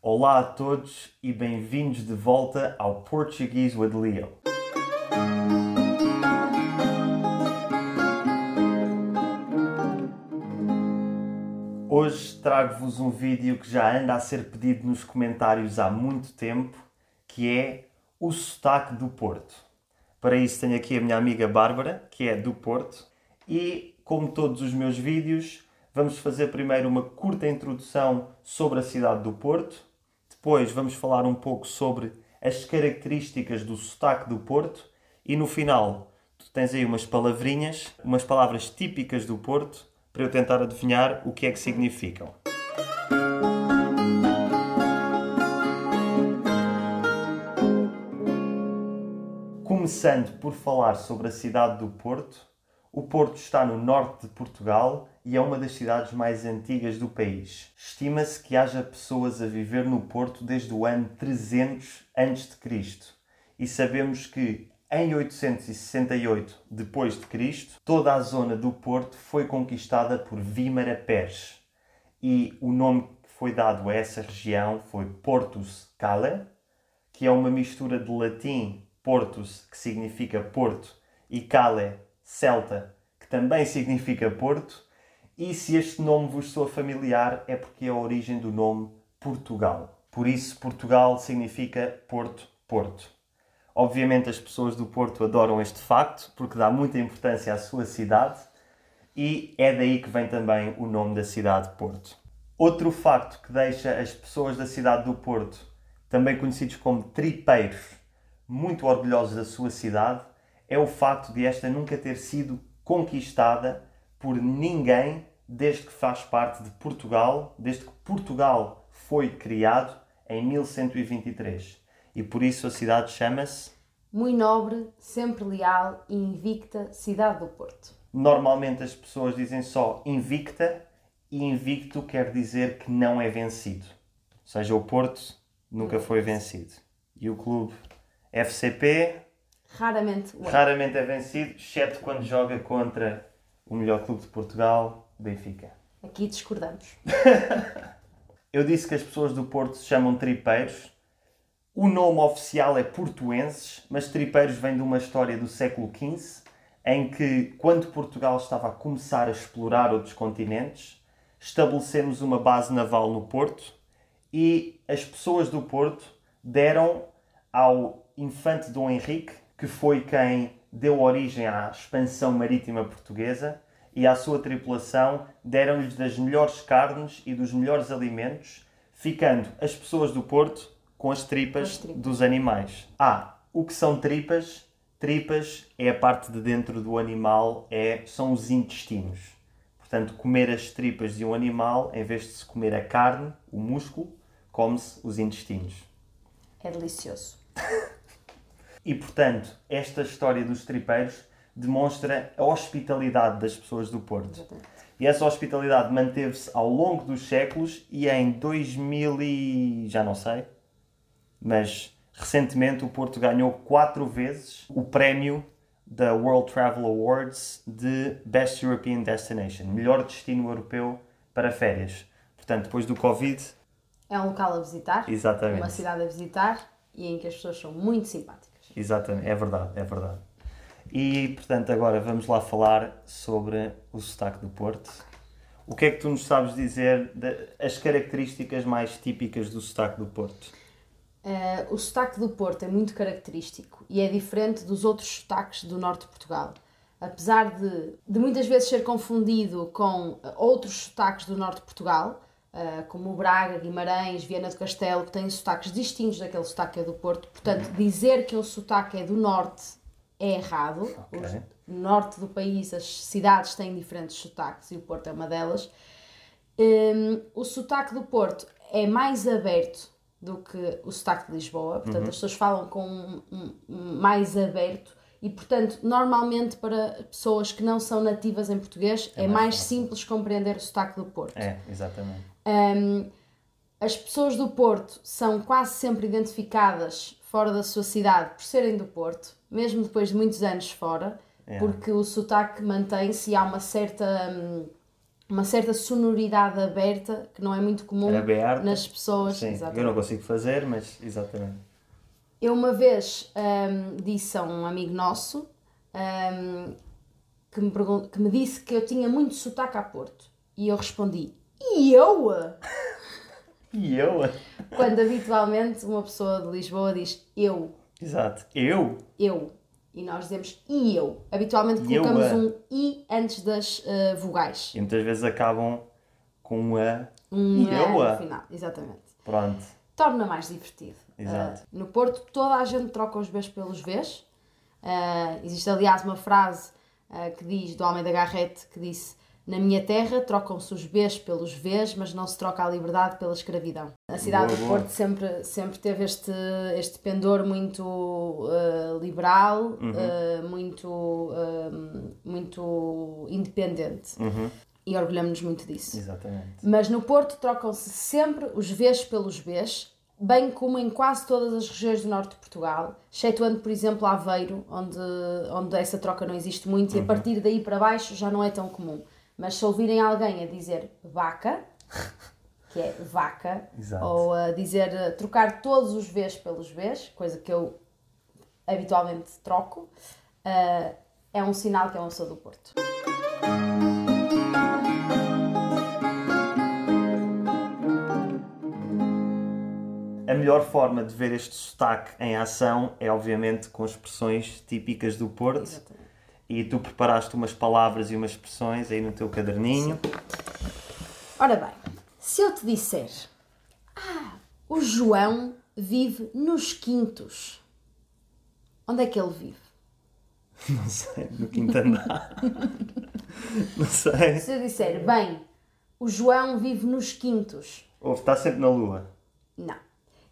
Olá a todos e bem-vindos de volta ao Português with Leo. Hoje trago-vos um vídeo que já anda a ser pedido nos comentários há muito tempo, que é o sotaque do Porto. Para isso tenho aqui a minha amiga Bárbara, que é do Porto, e como todos os meus vídeos, vamos fazer primeiro uma curta introdução sobre a cidade do Porto, depois vamos falar um pouco sobre as características do sotaque do Porto e no final tu tens aí umas palavrinhas, umas palavras típicas do Porto para eu tentar adivinhar o que é que significam. Começando por falar sobre a cidade do Porto, o Porto está no norte de Portugal e é uma das cidades mais antigas do país. Estima-se que haja pessoas a viver no Porto desde o ano 300 a.C. E sabemos que em 868 depois de Cristo, toda a zona do Porto foi conquistada por Vímara Pérez. E o nome que foi dado a essa região foi Portus Cale, que é uma mistura de latim Portus, que significa porto, e Cale, celta, que também significa porto, e se este nome vos soa familiar é porque é a origem do nome Portugal. Por isso, Portugal significa Porto, Porto. Obviamente, as pessoas do Porto adoram este facto porque dá muita importância à sua cidade e é daí que vem também o nome da cidade Porto. Outro facto que deixa as pessoas da cidade do Porto, também conhecidos como tripeiros, muito orgulhosos da sua cidade é o facto de esta nunca ter sido conquistada por ninguém desde que faz parte de Portugal, desde que Portugal foi criado em 1123. E por isso a cidade chama-se Muito nobre, sempre leal e invicta cidade do Porto. Normalmente as pessoas dizem só invicta e invicto quer dizer que não é vencido. Ou seja, o Porto nunca foi vencido. E o clube FCP Raramente o é. raramente é vencido, exceto quando joga contra o melhor clube de Portugal, o Benfica. Aqui discordamos. Eu disse que as pessoas do Porto se chamam tripeiros. O nome oficial é portuenses, mas tripeiros vem de uma história do século XV, em que, quando Portugal estava a começar a explorar outros continentes, estabelecemos uma base naval no Porto e as pessoas do Porto deram ao infante Dom Henrique, que foi quem deu origem à expansão marítima portuguesa, e à sua tripulação deram-lhes das melhores carnes e dos melhores alimentos, ficando as pessoas do Porto com as tripas, Com as tripas. dos animais. Ah, o que são tripas? Tripas é a parte de dentro do animal, é, são os intestinos. Portanto, comer as tripas de um animal, em vez de se comer a carne, o músculo, come-se os intestinos. É delicioso. E portanto, esta história dos tripeiros demonstra a hospitalidade das pessoas do Porto. E essa hospitalidade manteve-se ao longo dos séculos e é em 2000 e... já não sei, mas recentemente o Porto ganhou quatro vezes o prémio da World Travel Awards de Best European Destination, melhor destino europeu para férias. Portanto, depois do Covid, É um local a visitar, Exatamente. uma cidade a visitar e em que as pessoas são muito simpáticas. Exatamente, é verdade, é verdade. E portanto, agora vamos lá falar sobre o sotaque do Porto. O que é que tu nos sabes dizer de- as características mais típicas do sotaque do Porto? Eh, o sotaque do Porto é muito característico e é diferente dos outros sotaques do norte de Portugal. Apesar de, de muitas vezes ser confundido com eh, outros sotaques do norte de Portugal, eh, como o Braga, Guimarães, Viana do Castelo, que têm sotaques distintos daquele sotaque que é do Porto. Portanto, dizer que o sotaque é do norte é errado. Ok. O norte do país, as cidades têm diferentes sotaques e o Porto é uma delas. Hum, o sotaque do Porto é mais aberto do que o sotaque de Lisboa, portanto as pessoas falam com um- um- um mais aberto e, portanto, normalmente para pessoas que não são nativas em português é, mais, simples compreender o sotaque do Porto. É, exatamente. As pessoas do Porto são quase sempre identificadas fora da sua cidade por serem do Porto, mesmo depois de muitos anos fora, É. porque o sotaque mantém-se e há uma certa, hum, uma certa sonoridade aberta que não é muito comum Era aberta. nas pessoas. Sim, Exatamente. eu não consigo fazer, mas exatamente. Eu uma vez ahm, disse a um amigo nosso ahm, que, me pergun- que me disse que eu tinha muito sotaque a Porto. E eu respondi, e eu? E eu? Quando habitualmente uma pessoa de Lisboa diz eu, Exato. Eu? eu. E nós dizemos e eu. Habitualmente E eu, colocamos ah. um i antes das ah, vogais. E muitas vezes acabam com um a. Um E eu, ah, ah. no final, exatamente. Pronto. Torna mais divertido. Exato. Ah, no Porto, toda a gente troca os Bs pelos Vs. Ah, existe, aliás, uma frase ah, que diz, do Almeida Garrett, que disse Na minha terra trocam-se os Bs pelos Vs, mas não se troca a liberdade pela escravidão. A cidade Boa, do boa. Porto sempre, sempre teve este, este pendor muito ah, liberal, Uhum. ah, muito, ah, muito independente. Uhum. E orgulhamos-nos muito disso. Exatamente. Mas no Porto trocam-se sempre os Vs pelos Bs, bem como em quase todas as regiões do norte de Portugal, excetuando, por exemplo, Aveiro, onde, onde essa troca não existe muito e Uhum. a partir daí para baixo já não é tão comum. Mas se ouvirem alguém a dizer vaca, que é vaca, Exato. ou a dizer eh, trocar todos os Vs pelos Bs, coisa que eu habitualmente troco, eh, é um sinal que é uma pessoa do Porto. A melhor forma de ver este sotaque em ação é, obviamente, com expressões típicas do Porto. Exatamente. E tu preparaste umas palavras e umas expressões aí no teu caderninho. Ora bem, se eu te disser, ah, o João vive nos quintos, onde é que ele vive? Não sei, no quinto andar. Não sei. Se eu disser, bem, o João vive nos quintos, Ouve, está sempre na lua. não.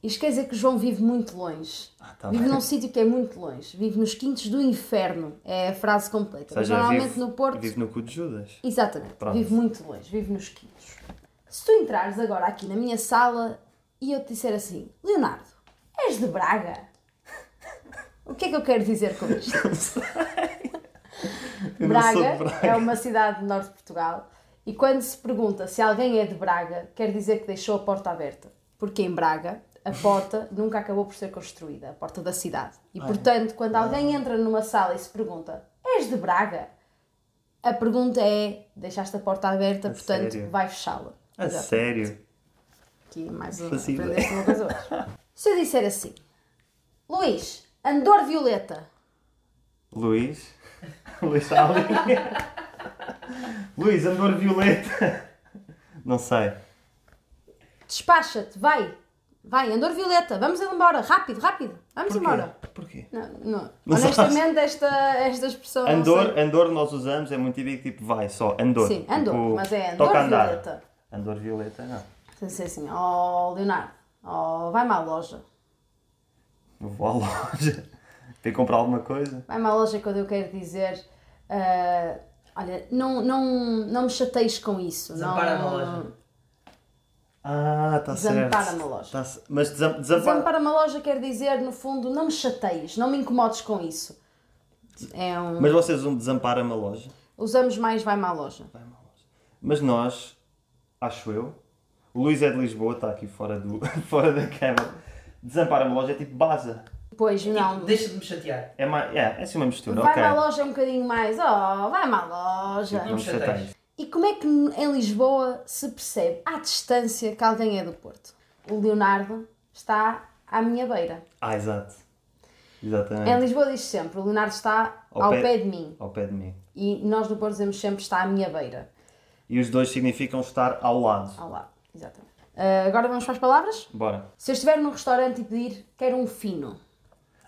Isto quer dizer que o João vive muito longe. Ah, tá vive bem. num sítio que é muito longe. Vive nos quintos do inferno. É a frase completa. Ou Mas seja, normalmente vive- no Porto. Vive no cu de Judas. Exatamente. Pronto. Vive muito longe, vive nos quintos. Se tu entrares agora aqui na minha sala e eu te disser assim, Leonardo, és de Braga? O que é que eu quero dizer com isto? Eu não sou Braga, de Braga. é uma cidade do norte de Portugal e quando se pergunta se alguém é de Braga, quer dizer que deixou a porta aberta. Porque em Braga, a porta nunca acabou por ser construída, a porta da cidade. E portanto, quando Ah. alguém entra numa sala e se pergunta, és de Braga? A pergunta é, deixaste a porta aberta, portanto sério? Ah, vai fechá-la. A Exato. sério? Aqui mais um, Fazia ideia. aprendeste uma coisa hoje. Se eu disser assim, Luís, Andor Violeta, Luís? Luís está ali. Luís, Andor Violeta. Não sei. despacha-te, vai, vai, Andor Violeta, vamos embora, rápido, rápido, vamos embora. Porquê? Não, não. Não sabes? Honestamente, esta, esta expressão. Então, não Andor, sei. Andor nós usamos, é muito típico, tipo vai, só Andor. Sim, Andor, Tipo, mas é Andor toca andar. Violeta. Andor Violeta, não. Tem que ser assim, oh Leonardo, oh, vai-me à loja. Eu vou à loja. Tem que comprar alguma coisa? Vai-me à loja quando eu quero dizer. ah, olha, não, não, não me chateis com isso. não- Desampara-me a loja. Ah, está certo. Desampara-me a loja. Tá ce- mas desam, desampara. Desampara-me a loja quer dizer, no fundo, não me chateis, não me incomodes com isso. É um- Mas vocês usam desampara-me a loja? Usamos mais vai-me à loja. Mas nós, acho eu, o Luís é de Lisboa, está aqui fora, do, fora da câmara. Desampara-me a loja é tipo baza. Pois não. Tipo, deixa de me chatear. É, mais, é, é assim uma mistura, Vai-me ok. à loja é um bocadinho mais. Oh, vai-me à loja. Não me chateias. E como é que n- em Lisboa se percebe à distância que alguém é do Porto? O Leonardo está à minha beira. Ah, exato. Exatamente. Em Lisboa diz sempre, o Leonardo está Ao ao pé- pé, de mim. Ao pé de mim. E nós no Porto dizemos sempre está à minha beira. E os dois significam estar ao lado. Ao lado, exatamente. Ah, agora vamos para as palavras. Bora. Se eu estiver num restaurante e pedir, quero um fino.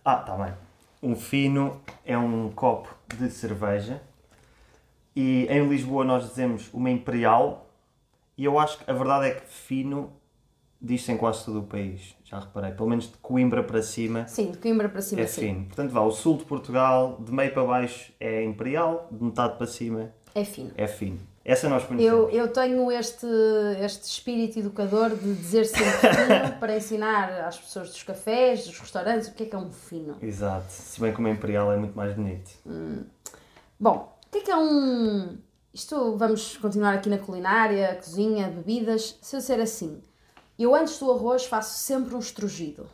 Ah, tá bem. Um fino é um copo de cerveja. E em Lisboa nós dizemos uma imperial. E eu acho que a verdade é que fino diz-se em quase todo o país. Já reparei. Pelo menos de Coimbra para cima Sim, de Coimbra para cima, é sim. fino. Portanto, vá, o sul de Portugal, de meio para baixo é imperial, de metade para cima É fino. é fino. Essa nós conhecemos. Eu, eu tenho este, este espírito educador de dizer sempre é fino para ensinar às pessoas dos cafés, dos restaurantes, o que é que é um fino. Exato. Se bem que uma imperial é muito mais bonito. Bom, o que é que é um Isto vamos continuar aqui na culinária, cozinha, bebidas. Se eu ser assim, eu antes do arroz faço sempre um estrugido.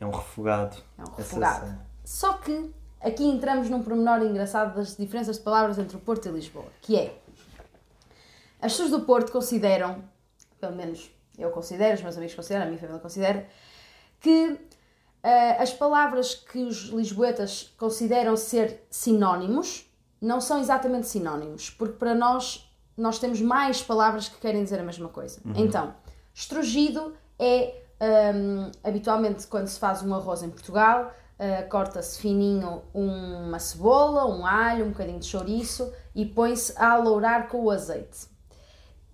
É um refogado. É um Essa refogado. cena. Só que aqui entramos num pormenor engraçado das diferenças de palavras entre o Porto e Lisboa, que é as pessoas do Porto consideram, pelo menos eu considero, os meus amigos consideram, a minha família considera, que eh, as palavras que os lisboetas consideram ser sinónimos não são exatamente sinónimos, porque para nós nós temos mais palavras que querem dizer a mesma coisa. Então, estrugido é hum, habitualmente quando se faz um arroz em Portugal, eh, corta-se fininho uma cebola, um alho, um bocadinho de chouriço e põe-se a alourar com o azeite.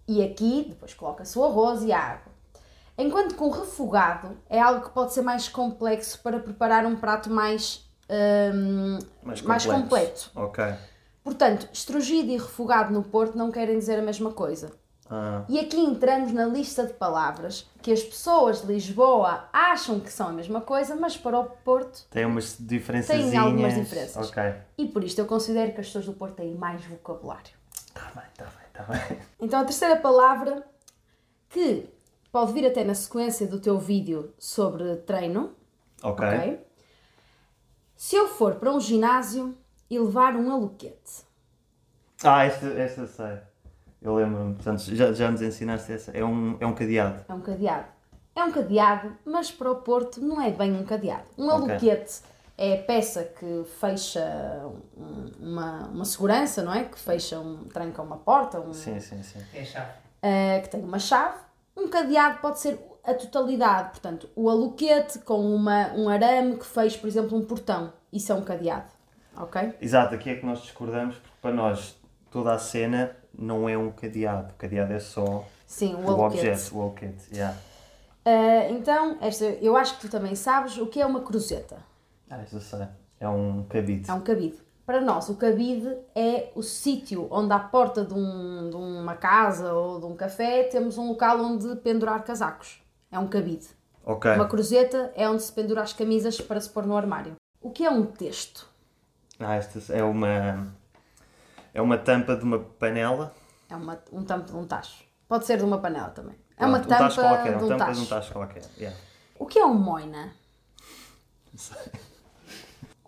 E aqui depois coloca-se o arroz e a água. Enquanto que o refogado é algo que pode ser mais complexo para preparar um prato mais, hum, Mais, mais complexo. completo. Ok. Portanto, estrugido e refogado no Porto não querem dizer a mesma coisa. Ah, E aqui entramos na lista de palavras que as pessoas de Lisboa acham que são a mesma coisa, mas para o Porto. tem umas diferençazinhas. algumas diferenças. Ok. E por isto eu considero que as pessoas do Porto têm mais vocabulário. Está Tá bem, está bem, está bem. Então a terceira palavra que pode vir até na sequência do teu vídeo sobre treino, Ok. ok? Se eu for para um ginásio e levar um aluquete. Ah, esta, esta sei. Eu lembro-me. Portanto, já, já nos ensinaste essa. É um, é um cadeado. É um cadeado. É um cadeado, mas para o Porto não é bem um cadeado. Um Ok. aluquete é a peça que fecha um- uma, uma segurança, não é? Que fecha, um, tranca uma porta, um, Sim, sim, sim. É chave. eh, que tem uma chave. Um cadeado pode ser a totalidade, portanto, o aluquete com uma, um arame que fez, por exemplo, um portão. Isso é um cadeado, ok? Exato, aqui é que nós discordamos, porque para nós toda a cena não é um cadeado. O cadeado é só Sim, o, o aluquete. objeto, o alquete. Yeah. Eh, então, esta, eu acho que tu também sabes o que é uma cruzeta. Ah, isso eu sei. É um cabide. É um cabide. Para nós, o cabide é o sítio onde, à porta de, um- de uma casa ou de um café, temos um local onde pendurar casacos. É um cabide. Ok. Uma cruzeta é onde se pendura as camisas para se pôr no armário. O que é um texto? Ah, esta é uma. É uma tampa de uma panela. É uma, um tampo de um tacho. Pode ser de uma panela também. É Pronto, uma tampa, tacho qualquer, uma de um tampa tacho. de um tacho qualquer. Yeah. O que é um moina? Não sei.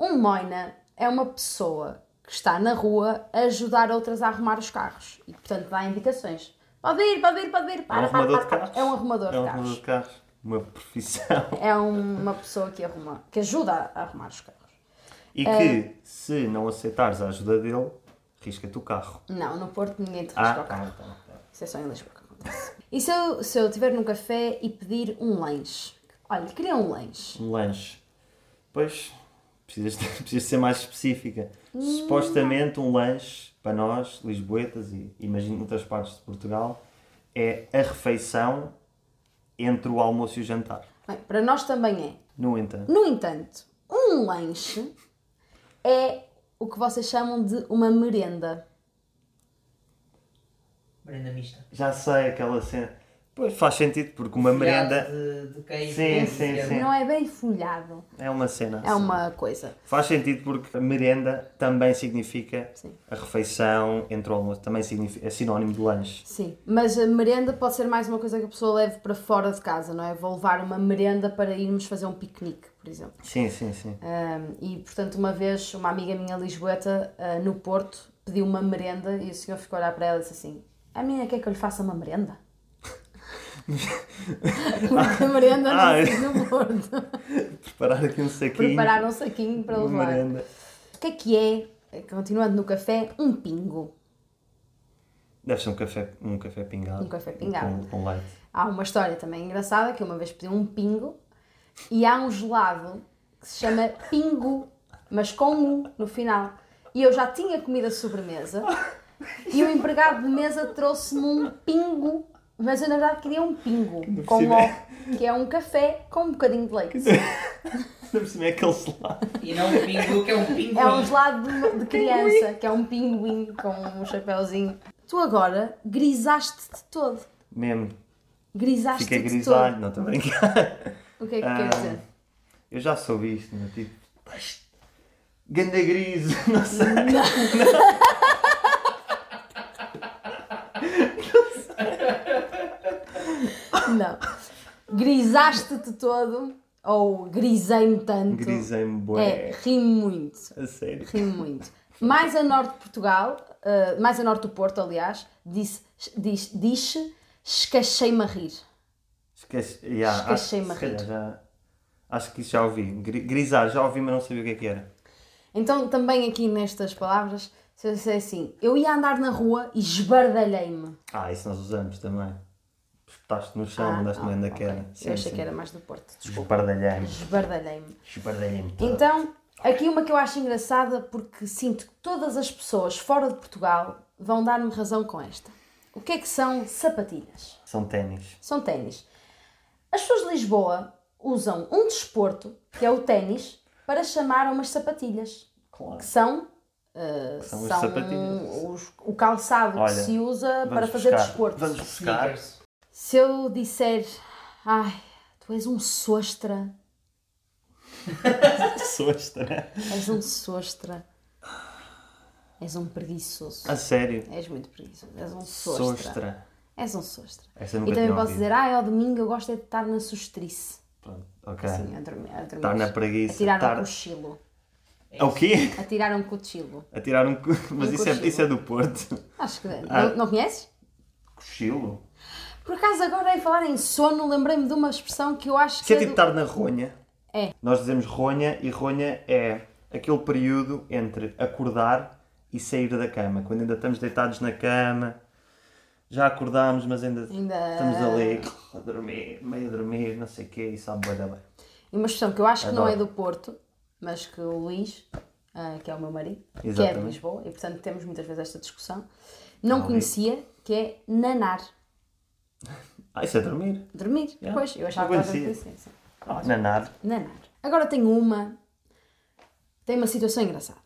Um moina é uma pessoa que está na rua a ajudar outras a arrumar os carros e, portanto, dá indicações. Pode ir, pode ir, pode ir. É um Para, para, arrumador para, de para. carros. É um arrumador É de um carros. arrumador de carros. Uma profissão. é uma pessoa que arruma, que ajuda a arrumar os carros. E Ah. que se não aceitares a ajuda dele, risca-te o carro. Não, no Porto ninguém te risca Ah, o carro. tá, tá, tá. Isso é só em Lisboa que acontece. E se eu, se eu estiver num café e pedir um lanche? Olha, queria um lanche. Um lanche. Pois, precisas, de- precisas ser mais específica. Supostamente um lanche, para nós, lisboetas e imagino outras partes de Portugal, é a refeição entre o almoço e o jantar. Bem, para nós também é. No entanto, No entanto, um lanche é o que vocês chamam de uma merenda. Merenda mista. já sei aquela cena. Pois faz sentido, porque uma merenda Fiado De, de queijo. Sim, de sim, queijo. sim. Não é bem folhado. é uma cena. É uma coisa. Faz sentido porque a merenda também significa Sim. a refeição entre o almoço, também significa, é sinónimo de lanche. Sim, mas a merenda pode ser mais uma coisa que a pessoa leve para fora de casa, não é? Vou levar uma merenda para irmos fazer um piquenique, por exemplo. Sim, sim, sim. Um, e portanto, uma vez, uma amiga minha lisboeta ah, no Porto pediu uma merenda e o senhor ficou a olhar para ela e disse assim: A minha quer que eu lhe faça uma merenda? Porque a merenda Ah, não se diz no Porto. Preparar aqui um saquinho. Preparar um saquinho para uma levar. merenda. O que é que é, continuando no café, um pingo? Deve ser um café, um café pingado. Um café pingado. Com, com leite. Há uma história também engraçada que eu uma vez pedi um pingo e há um gelado que se chama pingo, mas com U no final. E eu já tinha comido a sobremesa e o empregado de mesa trouxe-me um pingo, mas eu na verdade queria um pingo, com cima é- O, que é um café com um bocadinho de leite. Deve ser é aquele gelado. E não um pingu, que é um pinguim. É um gelado de, de criança, que é um pinguim com um chapéuzinho. Tu agora grisaste-te todo. Mesmo. Grisaste-te Fiquei todo. grisalho, não estou a brincar. O que é que quer Ah, dizer? Eu já soube isto, meu tipo. "Estás Ganda gris, não sei. Não. Grisaste-te todo, ou grisei-me tanto. Grisei-me É, bué. rimo muito. A sério. Rimo muito. Mais a norte de Portugal, eh, mais a norte do Porto, aliás, disse, diz, diz escachei-me a rir. Esquece. Yeah, Esquecei-me acho- se a rir. calhar já- Acho que isso já ouvi. Gri- Grisar, já ouvi, mas não sabia o que é que era. Então, também aqui nestas palavras, se eu disser assim, eu ia andar na rua e esbardalhei-me. Ah, isso nós usamos também. Espetaste no chão, Ah, mandaste-me ah, ainda ok. que era. Eu achei que era mais do Porto. Esbardalhei-me. Esbardalhei-me. Esbardalhei-me. todo. Então, aqui uma que eu acho engraçada porque sinto que todas as pessoas fora de Portugal vão dar-me razão com esta. O que é que são sapatilhas? São ténis. São ténis. As pessoas de Lisboa usam um desporto, que é o ténis, para chamar umas sapatilhas, Claro. que são, eh, São as são sapatilhas. os- o calçado Olha, que se usa vamos para fazer buscar. desporto. Vamos buscar. Sneakers. Se eu disser, ai, tu és um sostra, Sostra. és um sostra, és um preguiçoso. A sério. És muito preguiçoso. És um sostra. Sostra. És um sostra. Essa eu E nunca também tinha posso ouvido. dizer, ah, ao domingo eu gosto é de estar na sustrice. Pronto, ok. Assim, a dormir. A dormir. É. Estar na preguiça. A tirar estar- um cochilo. É O quê? A tirar um cochilo. A tirar um... co- Mas Um isso, é, cochilo. isso é do Porto. Acho que Ah. não, não conheces? Cochilo? Por acaso agora em falar em sono, lembrei-me de uma expressão que eu acho Isso que é tipo do- estar na ronha. É. Nós dizemos ronha e ronha é aquele período entre acordar e sair da cama. Quando ainda estamos deitados na cama, já acordámos, mas ainda, Ainda- estamos ali a dormir, meio a dormir, não sei o quê, e sabe bué da bem. e uma expressão que eu acho que não é Adoro. do Porto, mas que o Luís, ah, que é o meu marido, que é de Exatamente. Lisboa, e portanto temos muitas vezes esta discussão, não conhecia, que é nanar. Ah, isso é dormir. Dormir. Yeah. Pois, eu achava Não que estava a conhecia. dizer sim. Ah, não é nada. Nanar. Agora tenho uma. Tem uma situação engraçada.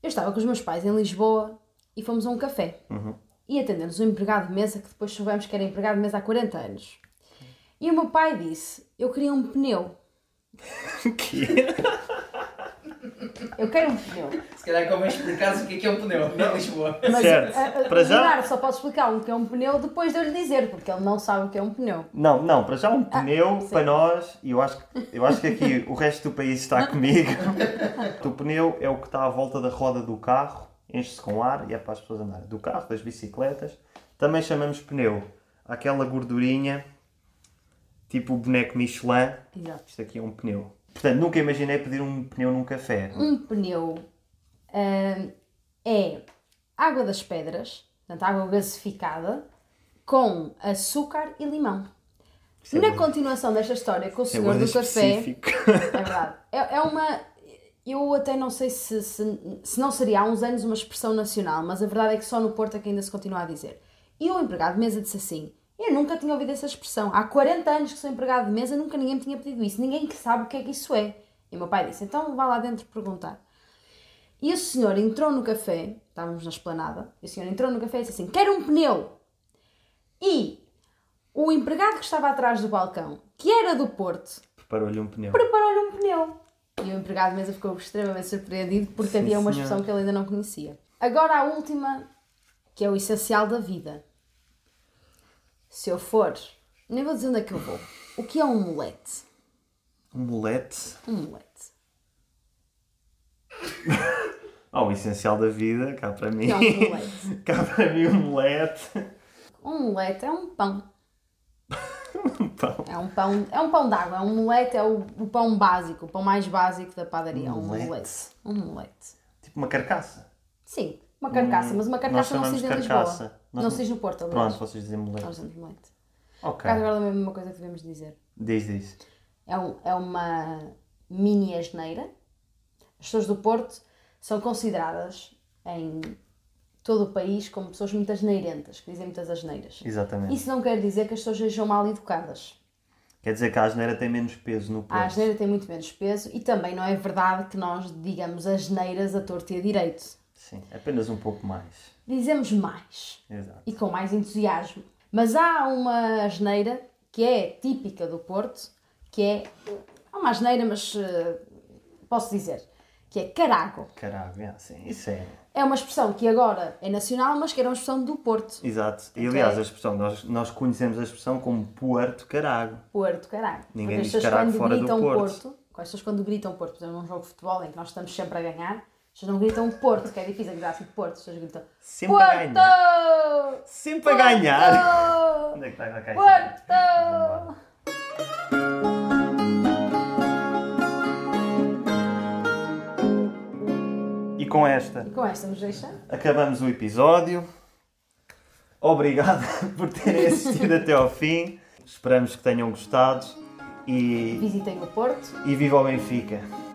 Eu estava com os meus pais em Lisboa e fomos a um café. Uhum. E atendemos um empregado de mesa que depois soubemos que era empregado de mesa há 40 anos. E o meu pai disse: Eu queria um pneu. O quê? Eu quero um pneu. Se calhar convém explicares o que é que é um pneu na Lisboa. Mas Certo. a- a- Para já- Leonardo só pode explicar o que é um pneu depois de eu lhe dizer, porque ele não sabe o que é um pneu. Não, não, para já um Ah, pneu para nós, e eu acho, que- eu acho que aqui o resto do país está comigo. o pneu é o que está à volta da roda do carro, enche-se com ar e é para as pessoas andarem. Do carro, das bicicletas. Também chamamos pneu aquela gordurinha, tipo o boneco Michelin. Exato. Isto aqui é um pneu. Portanto, nunca imaginei pedir um pneu num café. Um pneu hum, é água das pedras, portanto, água gasificada, com açúcar e limão. é Na bom. continuação desta história com o É senhor bué do café. específico. É verdade. É, é uma. Eu até não sei se, se, se não seria há uns anos uma expressão nacional, mas a verdade é que só no Porto é que ainda se continua a dizer. E o empregado de mesa disse assim: Eu nunca tinha ouvido essa expressão. Há 40 anos que sou empregado de mesa, nunca ninguém me tinha pedido isso. Ninguém que sabe o que é que isso é. E o meu pai disse: Então vá lá dentro perguntar. E o senhor entrou no café, estávamos na esplanada, e o senhor entrou no café e disse assim: Quero um pneu. E o empregado que estava atrás do balcão, que era do Porto, Preparou-lhe um pneu. preparou-lhe um pneu. E o empregado de mesa ficou extremamente surpreendido porque Sim, havia senhora. uma expressão que ele ainda não conhecia. Agora a última, que é o essencial da vida. Se eu for, nem vou dizer onde é que eu vou. O que é um mulete? Um molete. Um mulete. Ah, o essencial da vida, cá para mim. Que é um mulete? cá para mim, um molete. Um mulete é um pão. Um pão. É um pão, é um pão d'água. É um mulete, é o, o pão básico, o pão mais básico da padaria. Um Mulete. mulete. Um mulete. Tipo uma carcaça. Sim, uma carcaça, mas uma carcaça não se Um chamamos diz em carcaça. Lisboa. Nós não não- se diz no Porto, aliás. Pronto, vocês dizem Nós molete. dizemos mulete. Ok. Por acaso agora lembro-me de uma coisa que devemos dizer. Diz, diz. É, um- é uma mini asneira. As pessoas do Porto são consideradas em todo o país como pessoas muito asneirentas, que dizem muitas asneiras. Exatamente. Isso não quer dizer que as pessoas sejam mal educadas. Quer dizer que a asneira tem menos peso no A povo. asneira tem muito menos peso e também não é verdade que nós digamos asneiras a torto e a direito. Sim, apenas um pouco mais. Dizemos mais. Exato. e com mais entusiasmo. Mas há uma asneira que é típica do Porto, que é. Há uma asneira, mas eh, posso dizer, que é carago. Caralho, é assim, isso é. é uma expressão que agora é nacional, mas que era uma expressão do Porto. Exato. E aliás, a expressão, nós, nós conhecemos a expressão como Puerto Carago. Porto, caralho. Ninguém Porque as diz pessoas caralho quando fora do gritam Porto. com as pessoas quando gritam Porto, por exemplo, num jogo de futebol em que nós estamos sempre a ganhar, as pessoas não gritam Porto, que é difícil gritar assim Porto, as pessoas gritam Sempre a ganhar. Porto! Sempre a ganhar. Porto! Onde é que está? Ok. Porto! E com esta, E com esta nos deixa? acabamos o episódio. Obrigado por terem assistido até ao fim. Esperamos que tenham gostado. E, Visitem o Porto. e viva o Benfica!